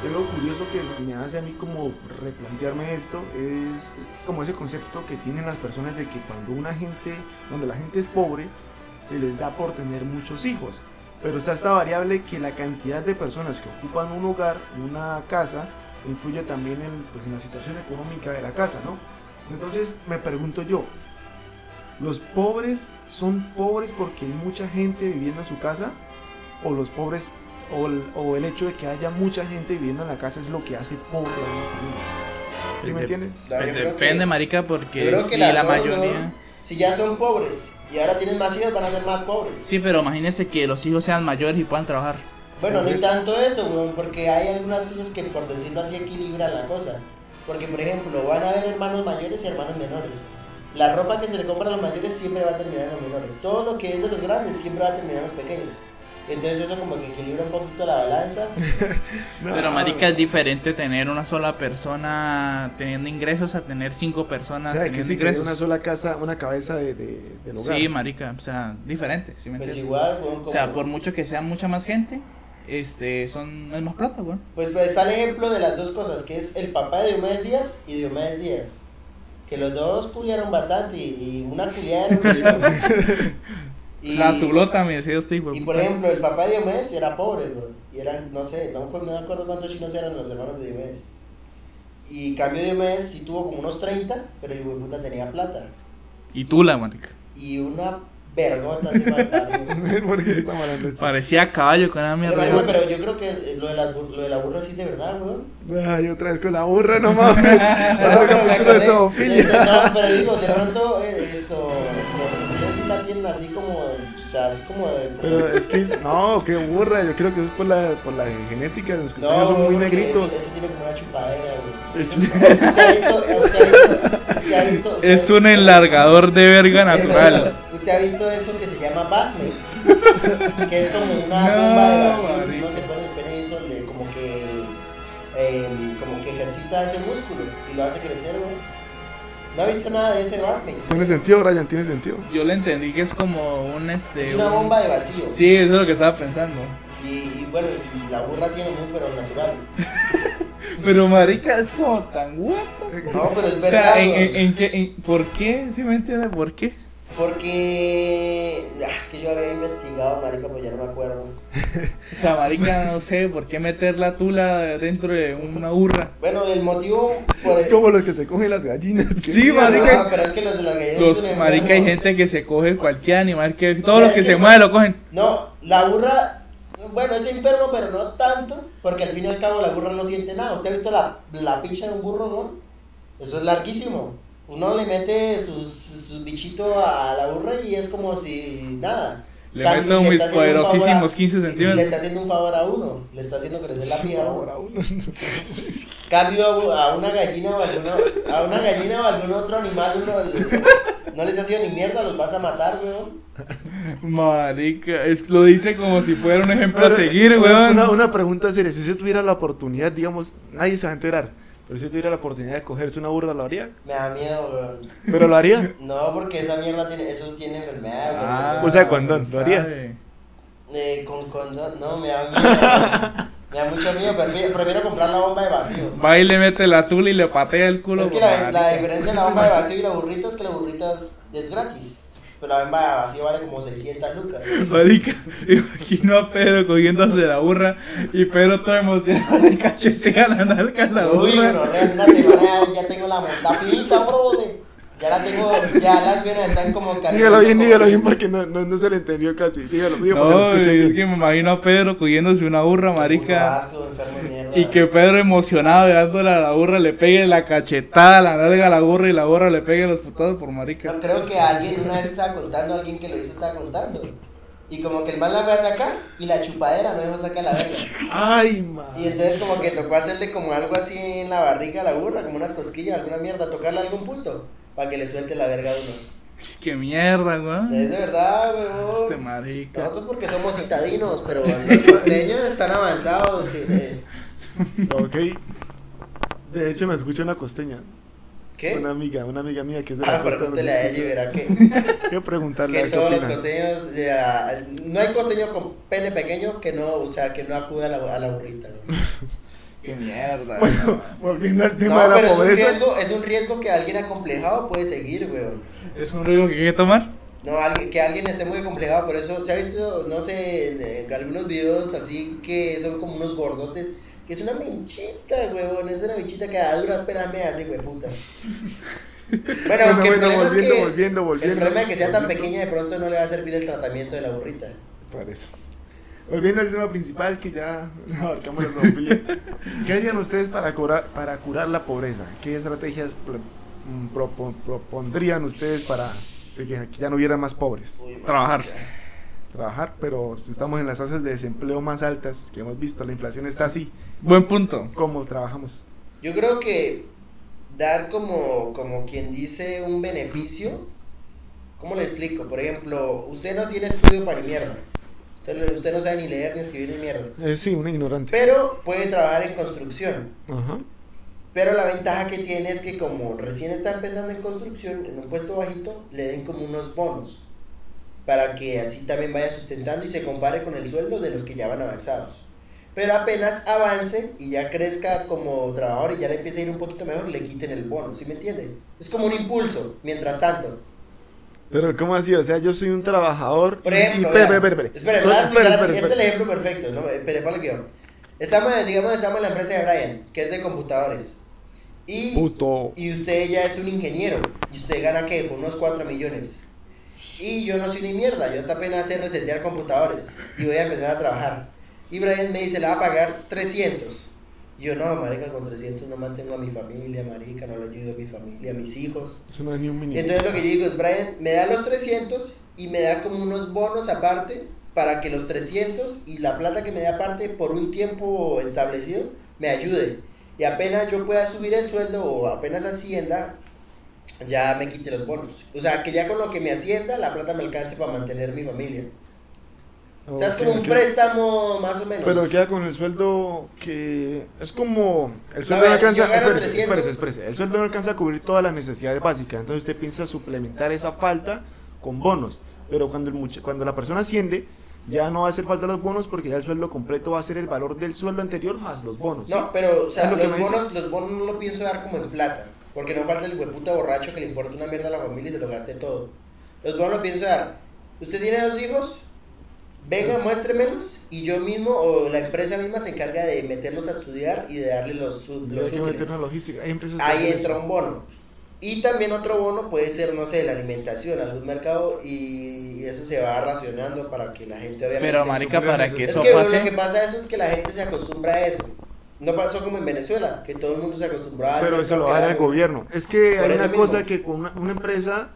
y algo curioso que me hace a mí como replantearme esto, es como ese concepto que tienen las personas de que cuando una gente, donde la gente es pobre, se les da por tener muchos hijos. Pero está esta variable que la cantidad de personas que ocupan un hogar, una casa, influye también en, pues, en la situación económica de la casa, ¿no? Entonces me pregunto yo, ¿los pobres son pobres porque hay mucha gente viviendo en su casa? ¿O los pobres, o el, o el hecho de que haya mucha gente viviendo en la casa es lo que hace pobre a una familia? ¿Sí Pues me de- entienden? Pues depende, marica, yo porque creo que sí, las la dos, mayoría. ¿no? Si ya son pobres y ahora tienen más hijos, van a ser más pobres. Sí, pero imagínense que los hijos sean mayores y puedan trabajar. Bueno, ni tanto eso, weón, porque hay algunas cosas que por decirlo así equilibran la cosa. Porque, por ejemplo, van a haber hermanos mayores y hermanos menores. La ropa que se le compra a los mayores siempre va a terminar en los menores. Todo lo que es de los grandes siempre va a terminar en los pequeños. Entonces eso como que equilibra un poquito la balanza. pues Pero, marica, es diferente tener una sola persona teniendo ingresos a tener cinco O personas sea, que teniendo sí, que es ingresos. una sola casa, una cabeza de, de, del hogar. Sí, marica, o sea, diferente. ¿sí me Pues entiendes? igual, weón, como... O sea, por mucho que sea mucha más gente, este, son es más plata, weón. Pues, pues, está el ejemplo de las dos cosas, que es el papá de Diomedes Díaz y Diomedes Díaz. Que los dos culiaron bastante y, y una culiaron y... y- La tulota me decía este hijo de Y por puta. ejemplo, el papá de Diomedes era pobre, bro. Y eran, no sé, no me acuerdo, no me acuerdo cuántos chinos eran los hermanos de Diomedes. Y cambio Diomedes sí tuvo como unos 30, pero el hijo de puta tenía plata. Y tula, marica. Y una vergüenza así mal parido. ¿Por qué estamos hablando de esto? Parecía caballo con una Pero, mierda. marico, pero yo creo que lo de la, bur- lo de la burra sí es de verdad, weón. Ay, otra vez con la burra, no mames. Otro Pero me capítulo de acordé- zoofilia. No, pero digo, de pronto eh, esto, los chinos sí la tienen así como, o sea, así como... como- Pero es que, no, qué burra. Yo creo que es por la, por la genética. Los que ustedes son muy porque negritos. Eso, eso tiene como una chupadera, güey. Es- Eso es- Se ha visto, se ha visto, se ha visto. se ha Es visto- un enlargador de verga Eso, natural. eso. Usted ha visto eso que se llama Basmate, que es como una No, bomba de vacío. que marica. Uno se pone el pene y eso le, como que, eh, como que ejercita ese músculo y lo hace crecer, güey. No ha visto nada de ese Basmate. Tiene sentido, Brian, tiene sentido. Yo le entendí que es como un este. Es una un- bomba de vacío. Sí, eso es lo que estaba pensando. Y, y bueno, y la burra tiene muy pero natural. Pero marica es como tan guapo. No, pero es O sea, verdad. en, güey. en- en qué, en- ¿por qué? ¿Sí me entiendes? ¿Por qué? Porque. ah, Es que yo había investigado, marica, pues ya no me acuerdo. O sea, marica, no sé por qué meter la tula dentro de una urra. Bueno, el motivo. Por el... Como los que se cogen las gallinas. que- Sí, Ah, marica. pero es que los de las galletas Los son marica hay enfermos. gente que se coge cualquier animal que todos pero los es que que se no- mueven lo cogen. No, la burra, bueno, es enfermo, pero no tanto, porque al fin y al cabo la burra no siente nada. ¿Usted ha visto la, la pincha de un burro, no? Eso es larguísimo. Uno le mete sus, sus bichitos a la burra y es como si nada. Le Cambio, meto le mis está haciendo un favor a- poderosísimos 15 Y le centímetros. está haciendo un favor a uno, le está haciendo crecer la pija a uno. Ahora uno. Cambio a, u- a una gallina o alguna, a una gallina o algún otro animal, uno le- no les ha sido ni mierda, los vas a matar, weón. Marica, es, lo dice como si fuera un ejemplo a Pero, seguir, una- weón. Una, una pregunta seria. Si usted tuviera la oportunidad, digamos, nadie se va a enterar. Pero si usted tuviera la oportunidad de cogerse una burra, ¿lo haría? Me da miedo, weón. ¿Pero lo haría? No, porque esa mierda tiene, eso tiene enfermedad, güey. Ah, O sea, condón, lo haría. sabe. Eh, con condón, no, me da miedo. me da mucho miedo, prefiero, prefiero comprar la bomba de vacío. Va y le mete la tula y le patea el culo. Es que la, la marica. diferencia de la bomba de vacío y la burrita es que la burrita es, es gratis. Pero la bomba de vacío vale como 600 lucas. Marica, imagino a Pedro cogiéndose la burra y Pedro todo emocionado le cachetea la nalga a la Uy, burra. pero re, en una semana ya- ya tengo la monta finita, bro. de- Ya la tengo, ya las venas están como Dígalo calientes, bien, como- dígalo bien, porque no, no, no se le entendió casi. Dígalo, dígalo, para que No, lo escuchen es bien. que me imagino a Pedro cogiéndose una burra, Puro marica. asco, enfermo de mierda. Y que Pedro emocionado dándole a la burra le pegue la cachetada, la nalga a la burra y la burra le pegue los putados por marica. No, creo que alguien una vez estaba contando, alguien que lo hizo estaba contando. Y como que el man la fue a sacar y la chupadera no dejó sacar la verga. Ay, ma. Y entonces como que tocó hacerle como algo así en la barriga a la burra, como unas cosquillas, alguna mierda, tocarle algún punto para que le suelte la verga a uno. Es que mierda, Es weón. de verdad, Este weón. marica. Nosotros porque somos citadinos, pero los costeños están avanzados. Que, eh, Ok. De hecho, me escucha una costeña. ¿Qué? Una amiga, una amiga mía que es de la Ah, costa. nos pregúntele a ella y escucha. verá que, Quiero preguntarle a que ver qué todos los opina. costeños, ya, no hay costeño con pene pequeño que no, o sea, que no acude a la, a la burrita. weón. Qué mierda, Bueno, volviendo al tema No, de la pero es un, pobreza. riesgo, es un riesgo que alguien acomplejado puede seguir, weón. Es un riesgo que hay que tomar. No, alguien, que alguien esté muy acomplejado, por eso, ¿se ha visto, no sé, en, en algunos videos así que son como unos gordotes? Que es una minchita, weón, es una minchita que a duras penas me hace, hueputa. Bueno, Bueno, aunque el bueno, problema es volviendo, que volviendo, volviendo, el problema de que sea tan volviendo. pequeña de pronto no le va a servir el tratamiento de la burrita. Para eso. Volviendo al tema principal, que ya abarcamos la zoofilia. ¿Qué harían ustedes para curar, para curar la pobreza? ¿Qué estrategias pl- mm, propo- propondrían ustedes para de que aquí ya no hubiera más pobres? Trabajar. Trabajar, pero si estamos en las tasas de desempleo más altas que hemos visto, la inflación está así. Buen punto. ¿Cómo trabajamos? Yo creo que dar como, como quien dice un beneficio, ¿cómo le explico? Por ejemplo, usted no tiene estudio para ni mierda. Usted, le- usted no sabe ni leer ni escribir ni mierda. Eh, sí, una ignorante. Pero puede trabajar en construcción. Ajá. Pero la ventaja que tiene es que como recién está empezando en construcción, en un puesto bajito, le den como unos bonos. Para que así también vaya sustentando y se compare con el sueldo de los que ya van avanzados. Pero apenas avance y ya crezca como trabajador y ya le empiece a ir un poquito mejor, le quiten el bono, ¿sí me entiende? Es como un impulso, mientras tanto. Pero ¿cómo así? O sea, yo soy un trabajador Por y- ejemplo, y... vea, Espera, espera, espera. espere, Soy- voy a explicar espera, así, espera, este es el espera. ejemplo perfecto, ¿no? Espere, para el guión. Estamos, digamos, estamos en la empresa de Brian, que es de computadores. Y Puto. y usted ya es un ingeniero. ¿Y usted gana qué? Por unos 4 millones. Y yo no soy ni mierda. Yo hasta apenas sé resetear computadores. Y voy a empezar a trabajar. Y Brian me dice, le va a pagar 300. Y yo, no, marica, con 300 no mantengo a mi familia, marica, no le ayudo a mi familia, a mis hijos. Eso no es ni un mínimo. Entonces lo que yo digo es, Brian, me da los 300 y me da como unos bonos aparte para que los 300 y la plata que me dé aparte por un tiempo establecido me ayude. Y apenas yo pueda subir el sueldo o apenas Hacienda, ya me quite los bonos. O sea, que ya con lo que me Hacienda, la plata me alcance para mantener mi familia. O sea, es como Ok, un ok. préstamo más o menos. Pero queda con el sueldo que es como el No, sueldo no, vea, si alcanza, yo gano espérese, 300. espérese, espérese. el sueldo no alcanza a cubrir todas las necesidades básicas, entonces usted piensa suplementar esa falta con bonos, pero cuando el much- cuando la persona asciende ya no va a hacer falta los bonos porque ya el sueldo completo va a ser el valor del sueldo anterior más los bonos. No, pero, o sea, Pues Es lo que los me dice. bonos, los bonos no lo pienso dar como en plata. Porque no falta el hueputa borracho que le importa una mierda a la familia y se lo gaste todo. Los voy a pensar. Usted tiene dos hijos, venga, muéstremelos y yo mismo o la empresa misma se encarga de meterlos a estudiar y de darle los, su- Yo los quiero meter útiles. una logística. Hay empresas que Ahí hacen entra eso. un bono. Y también otro bono puede ser, no sé, la alimentación, algún mercado y eso se va racionando para que la gente obviamente... Pero, marica, para que Es eso que bueno, lo que pase. pasa eso es que la gente se acostumbra a eso. No pasó como en Venezuela, que todo el mundo se acostumbraba al Pero eso mercado lo va a dar el que era- gobierno. Es que Por hay eso una mismo. cosa que con una, una empresa,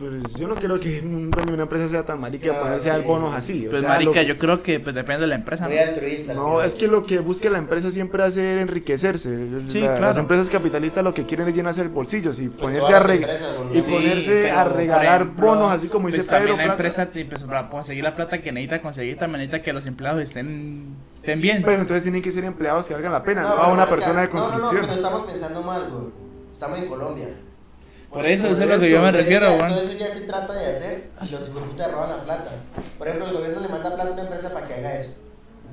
pues yo no creo que un dueño de una empresa sea tan marica Ah, para ponerse a dar sí. bonos así. o Pues, sea, marica, lo- yo creo que pues, depende de la empresa. Muy ¿no? altruista. al No, final. es que lo que busca la empresa siempre hace es enriquecerse. Sí, La- Las claro. empresas capitalistas lo que quieren es llenarse el bolsillo y Pues ponerse a todas las re- empresas, y boludo. Sí, ponerse a pero, regalar por ejemplo, bonos, así como dice pues, también Pedro la Plata. empresa, te- pues, para conseguir la plata que necesita conseguir, también necesita que los empleados estén, estén bien. Pero entonces tienen que ser empleados que valgan la pena, no, pero a una marica, persona de no, no, no, construcción. pero estamos pensando mal, güey. Estamos en Colombia. por eso, eso es por lo que yo me Entonces, refiero, ya- weón. Todo eso ya se trata de hacer y los putas roban la plata. Por ejemplo, el gobierno le manda plata a una empresa para que haga eso.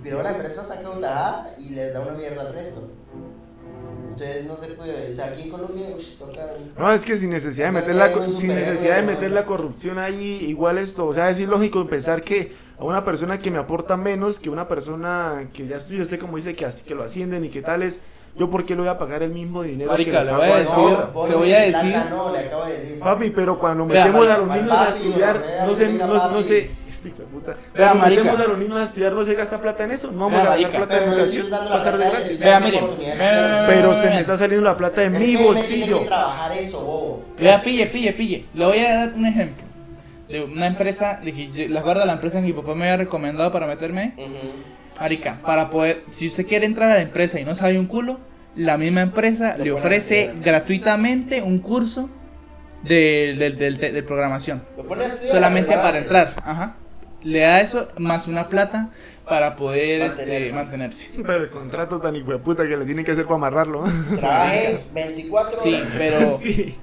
Pero la empresa saca un tajada y les da una mierda al resto. Entonces no se puede. O sea, aquí en Colombia, ush, toca. No, es que sin necesidad de No meter la, soy co- un sin superhéroe, necesidad de ¿no? meter la corrupción ahí, igual esto, o sea, es ilógico pensar que a una persona que me aporta menos que una persona que ya estudia, usted como dice, que, as- que lo ascienden y que tales, yo por qué le voy a pagar el mismo dinero Marica, que le le pago voy a a decir- ese? te voy a decir- Plata, no, le acabo de decir. Papi, pero cuando Vea, metemos marica, a los niños a papi, estudiar, gonorrea, no sé, venga, no, no papi. sé, este hijo de puta. Vea, Cuando marica. metemos a los niños a estudiar, no se gasta plata en eso, no Vea, vamos a gastar marica. plata en Pero le estoy educación, dando va a la estar de plata, gratis. le estoy dando Vea, mire, oportunidades, vea, pero- Pero no, se no, me no. está saliendo la plata de Es mi que él me tiene bolsillo. que trabajar eso, bobo. Vea, pille, pille, pille. Le voy a dar un ejemplo. De una empresa, de que yo- la guarda la empresa que mi papá me había recomendado para meterme. Marica, para poder, si usted quiere entrar a la empresa y no sabe un culo, la misma empresa Lo le ponen a ofrece estudiar. gratuitamente un curso de, de- de- de- de programación. Lo pone a estudiar, Solamente prepararse. para entrar. Ajá. Le da eso más una plata para poder este, Mantenerse. mantenerse. Pero el contrato tan hijo de puta que le tienen que hacer para amarrarlo. Trabajé 24 Sí, horas. pero... Sí.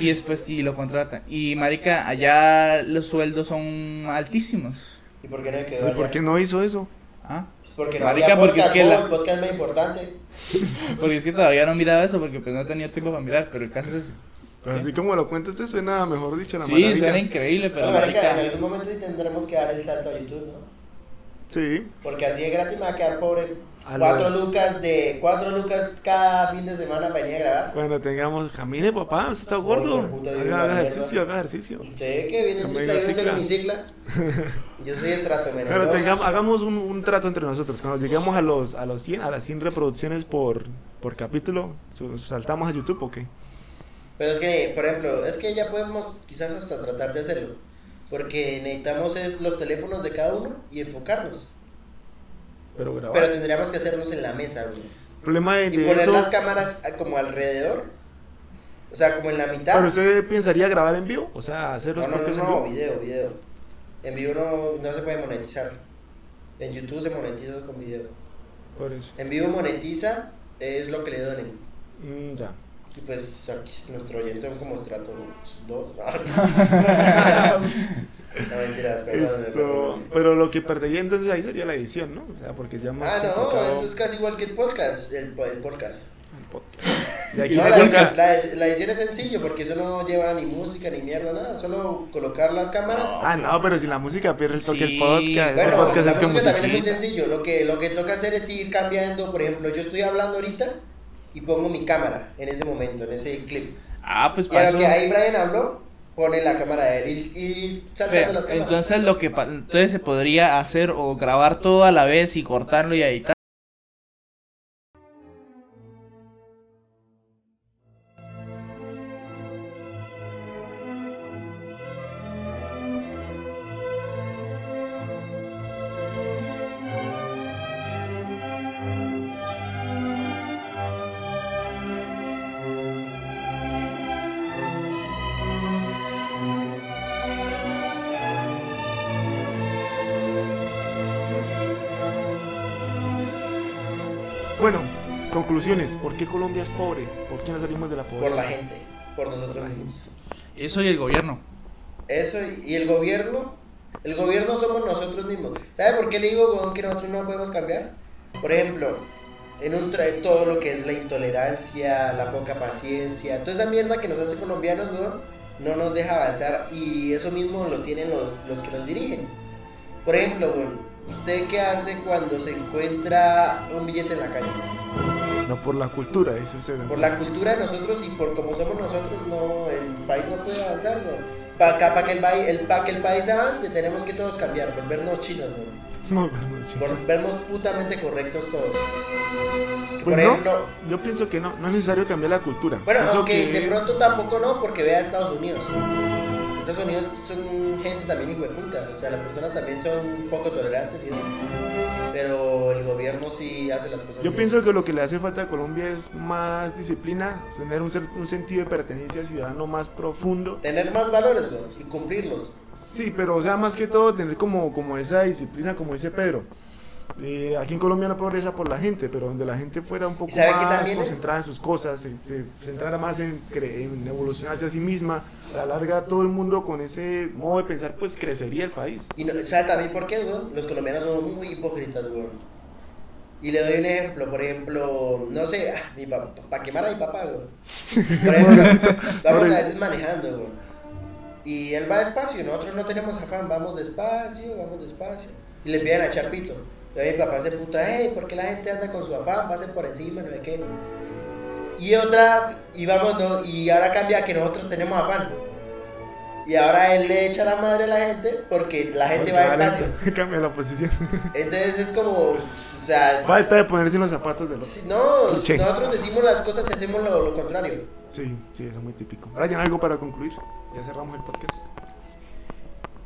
Y después sí lo contratan. Y marica, allá los sueldos son altísimos. ¿Y por qué no me quedó ¿Y allá? por qué no hizo eso? ¿Ah? Pues porque no Marica, había porque podcast, es que bobo, la- el podcast más importante. Porque es que todavía no he mirado eso porque pues no he tenido tiempo para mirar, pero el caso es ese. Pues Así Sí, como lo cuenta este suena, mejor dicho, la sí maravilla. suena increíble, pero Bueno, marica, en marica... algún momento sí tendremos que dar el salto a YouTube, ¿no? Sí. Porque así de gratis me va a quedar pobre. A cuatro los- lucas de cuatro lucas cada fin de semana para venir a grabar. Cuando tengamos, camine papá, usted está Oye, gordo. hijo de puta, Dios, Haga, haga la ejercicio, haga ejercicio. Usted que viene en Con cicla, yo no tengo mi minigicla. cicla. Yo soy el trato menos. Pero dos. tengamos, hagamos un, un trato entre nosotros. Cuando lleguemos a los a los 100, a las 100 reproducciones por, por capítulo, su- saltamos a YouTube o qué? Pero es que, por ejemplo, es que ya podemos quizás hasta tratar de hacerlo. Porque necesitamos es los teléfonos de cada uno y enfocarnos. Pero grabar. Pero tendríamos que hacernos en la mesa, güey. el problema de, Y de poner eso, las cámaras a- como alrededor. O sea, como en la mitad. pero usted pensaría grabar en vivo, o sea, hacer los no, no, no, cortes no, en vivo. video, video. En vivo no, no se puede monetizar. En YouTube se monetiza con video. Por eso. En vivo monetiza es lo que le donen. Mm, ya. Y pues aquí nuestro oyente es como estrato 2. No, No, mentiras, perdón. Esto, perdón. pero lo que perdería entonces ahí sería la edición, ¿no? O sea, porque ya más Ah, no, complicado eso es casi igual que el podcast. El, po- el podcast. el podcast. Y aquí No, el la, podcast- la de- la edición es sencillo porque eso no lleva ni música ni mierda, nada. Solo colocar las cámaras. Ah, no, pero si la música pierde el toque Sí. el podcast, el Bueno, podcast la es con música también es muy musiquita. sencillo. Lo que, lo que toca hacer es ir cambiando. Por ejemplo, yo estoy hablando ahorita y pongo mi cámara en ese momento, en ese clip. Ah, pues Y a para lo que eso... ahí Brian habló, pone la cámara de él y, y saltando Vea, las cámaras. entonces lo que pa- entonces se podría hacer o grabar todo a la vez y cortarlo y editar. Bueno, conclusiones. ¿Por qué Colombia es pobre? ¿Por qué no salimos de la pobreza? por la gente, por nosotros mismos. Eso y el gobierno. Eso y- y el gobierno, el gobierno somos nosotros mismos. ¿Sabe por qué le digo weón, que nosotros no podemos cambiar? Por ejemplo, en un tra- todo lo que es la intolerancia, la poca paciencia, toda esa mierda que nos hace colombianos, weón, no nos deja avanzar y eso mismo lo tienen los, los que nos dirigen. Por ejemplo, güey, ¿usted qué hace cuando se encuentra un billete en la calle? No por la cultura, dice usted. Por la cultura de nosotros y por como somos nosotros, no, el país no puede avanzar, Para que el, país- el, pa' que el país avance, tenemos que todos cambiar, volvernos chinos, güey. No, bueno, sí. Volvernos putamente correctos todos. Que, Pues por no. ejemplo, Yo pienso que no, no es necesario cambiar la cultura. bueno, Eso aunque que de es- pronto tampoco no, porque vea a Estados Unidos. Estados Unidos son gente también hijo de puta, o sea, las personas también son un poco tolerantes y eso. Pero el gobierno sí hace las cosas Yo bien. pienso que lo que le hace falta a Colombia es más disciplina, tener un, cer- un sentido de pertenencia ciudadano más profundo. Tener más valores, güey, y cumplirlos. Sí, pero o sea, más que todo tener como, como esa disciplina, como dice Pedro. Eh, aquí en Colombia no progresa por la gente, pero donde la gente fuera un poco ¿Y sabe qué más también es? concentrada en sus cosas, se, se centrara más en, cre- en evolucionarse a sí misma, a la larga todo el mundo con ese modo de pensar, pues crecería el país. Y no, ¿sabe también por qué, güey? Los colombianos son muy hipócritas, güey. Y le doy un ejemplo, por ejemplo, no sé, ah, mi papá, para quemar a mi papá, güey. Por ejemplo, vamos a veces manejando, güey. Y él va despacio, nosotros no tenemos afán, vamos despacio, vamos despacio. Y le piden a Chapito. Y ahí mi papá se puta, hey, ¿por qué la gente anda con su afán? Pasen por encima, no sé qué. Y otra, y vamos, no, y ahora cambia a que nosotros tenemos afán. Y ahora él le echa la madre a la gente porque la gente va despacio. Cambia la posición. Entonces es como, o sea, Falta de ponerse en los zapatos del otro. si- no, Che. nosotros decimos las cosas y hacemos lo, lo contrario. Sí, sí, eso es muy típico. Brian, algo para concluir. Ya cerramos el podcast.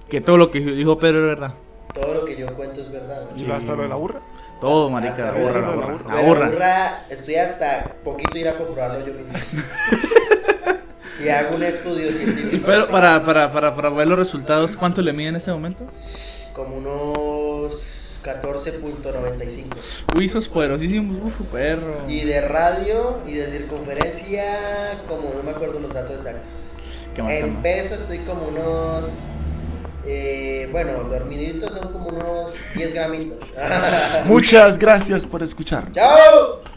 Que todo lo que dijo Pedro es verdad. Todo lo que yo cuento es verdad. güey. Y hasta lo de la burra. Todo, Hasta marica. La luego. borra, la Hasta borra. luego. La Pues la borra. burra, estoy hasta poquito ir a comprobarlo yo mismo. y hago un estudio científico. Pero para, para, para, para ver los resultados, ¿cuánto le mide en este momento? Como unos 14.95. Uy, sos poderosísimos. Uf, perro. Y de radio y de circunferencia, como no me acuerdo los datos exactos. Qué En macana. peso estoy como unos. eh, bueno, dormiditos son como unos 10 gramitos. Muchas gracias por escuchar. ¡Chao!